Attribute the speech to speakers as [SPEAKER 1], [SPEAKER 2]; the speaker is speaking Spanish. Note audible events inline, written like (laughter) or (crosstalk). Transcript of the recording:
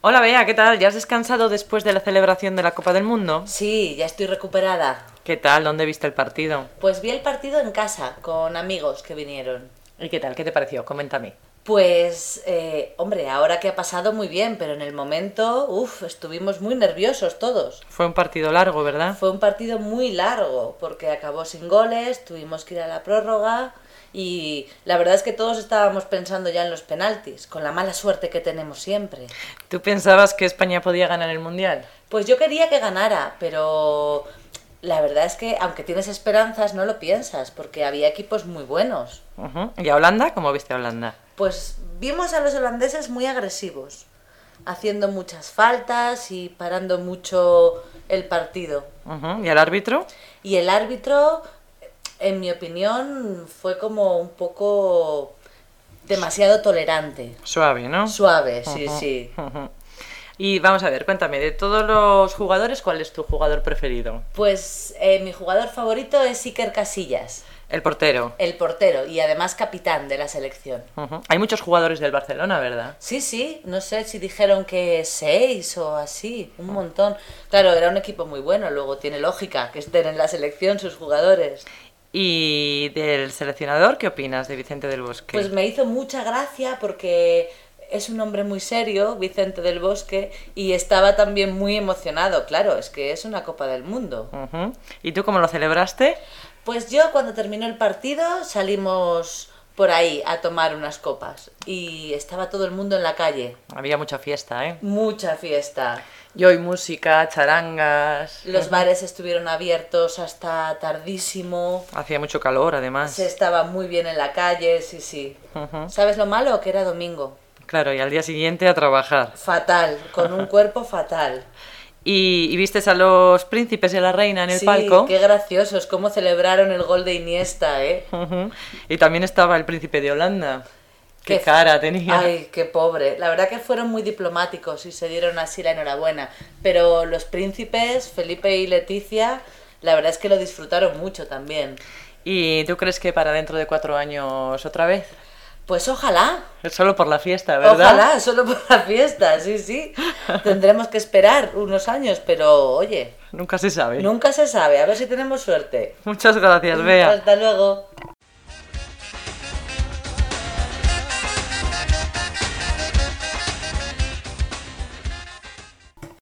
[SPEAKER 1] Hola Bea, ¿qué tal? ¿Ya has descansado después de la celebración de la Copa del Mundo?
[SPEAKER 2] Sí, ya estoy recuperada.
[SPEAKER 1] ¿Qué tal? ¿Dónde viste el partido?
[SPEAKER 2] Pues vi el partido en casa, con amigos que vinieron.
[SPEAKER 1] ¿Y qué tal? ¿Qué te pareció? Coméntame.
[SPEAKER 2] Pues, eh, hombre, ahora que ha pasado muy bien, pero en el momento, uff, estuvimos muy nerviosos todos.
[SPEAKER 1] Fue un partido largo, ¿verdad?
[SPEAKER 2] Fue un partido muy largo, porque acabó sin goles, tuvimos que ir a la prórroga y la verdad es que todos estábamos pensando ya en los penaltis, con la mala suerte que tenemos siempre.
[SPEAKER 1] ¿Tú pensabas que España podía ganar el Mundial?
[SPEAKER 2] Pues yo quería que ganara, pero la verdad es que aunque tienes esperanzas, no lo piensas, porque había equipos muy buenos.
[SPEAKER 1] Ujú. ¿Y a Holanda? ¿Cómo viste a Holanda?
[SPEAKER 2] Pues vimos a los holandeses muy agresivos, haciendo muchas faltas y parando mucho el partido.
[SPEAKER 1] Ujú. ¿Y al árbitro?
[SPEAKER 2] Y el árbitro, en mi opinión, fue como un poco demasiado tolerante.
[SPEAKER 1] Suave, ¿no?
[SPEAKER 2] Suave, sí, sí.
[SPEAKER 1] Ujú. Y vamos a ver, cuéntame, de todos los jugadores, ¿cuál es tu jugador preferido?
[SPEAKER 2] Pues eh, mi jugador favorito es Iker Casillas,
[SPEAKER 1] El portero.
[SPEAKER 2] el portero y además capitán de la selección.
[SPEAKER 1] Ujú. Hay muchos jugadores del Barcelona, ¿verdad?
[SPEAKER 2] Sí, sí, no sé si dijeron que seis o así, un montón. Claro, era un equipo muy bueno, luego tiene lógica que estén en la selección sus jugadores.
[SPEAKER 1] ¿Y del seleccionador qué opinas de Vicente del Bosque?
[SPEAKER 2] Pues me hizo mucha gracia porque es un hombre muy serio, Vicente del Bosque, y estaba también muy emocionado, claro, es que es una Copa del Mundo.
[SPEAKER 1] Ujú. ¿Y tú cómo lo celebraste?
[SPEAKER 2] Pues yo cuando terminó el partido salimos por ahí a tomar unas copas y estaba todo el mundo en la calle,
[SPEAKER 1] Había mucha fiesta, ¿eh?
[SPEAKER 2] mucha fiesta.
[SPEAKER 1] Yo y música, charangas.
[SPEAKER 2] Los bares estuvieron abiertos hasta tardísimo.
[SPEAKER 1] Hacía mucho calor, además.
[SPEAKER 2] Se estaba muy bien en la calle, sí, sí.
[SPEAKER 1] Ujú.
[SPEAKER 2] ¿Sabes lo malo? Que era domingo.
[SPEAKER 1] Claro, y al día siguiente a trabajar.
[SPEAKER 2] Fatal,
[SPEAKER 1] (laughs)
[SPEAKER 2] con un cuerpo fatal.
[SPEAKER 1] ¿Y, y vistes a los príncipes y a la reina en el
[SPEAKER 2] sí,
[SPEAKER 1] palco?
[SPEAKER 2] qué graciosos, cómo celebraron el gol de Iniesta, ¿eh?
[SPEAKER 1] Ujú. Y también estaba el príncipe de Holanda. Qué,
[SPEAKER 2] Qué-
[SPEAKER 1] cara tenía.
[SPEAKER 2] Ay, qué pobre. La verdad que fueron muy diplomáticos y se dieron así la enhorabuena. Pero los príncipes, Felipe y Leticia, la verdad es que lo disfrutaron mucho también.
[SPEAKER 1] ¿Y tú crees que para dentro de cuatro años otra vez?
[SPEAKER 2] Pues ojalá,
[SPEAKER 1] Solo por la fiesta, ¿verdad?
[SPEAKER 2] Ojalá, solo por la fiesta, sí, sí. Tendremos que esperar unos años, pero oye,
[SPEAKER 1] Nunca se sabe.
[SPEAKER 2] nunca se sabe, a ver si tenemos suerte.
[SPEAKER 1] Muchas gracias, Bea.
[SPEAKER 2] Hasta luego.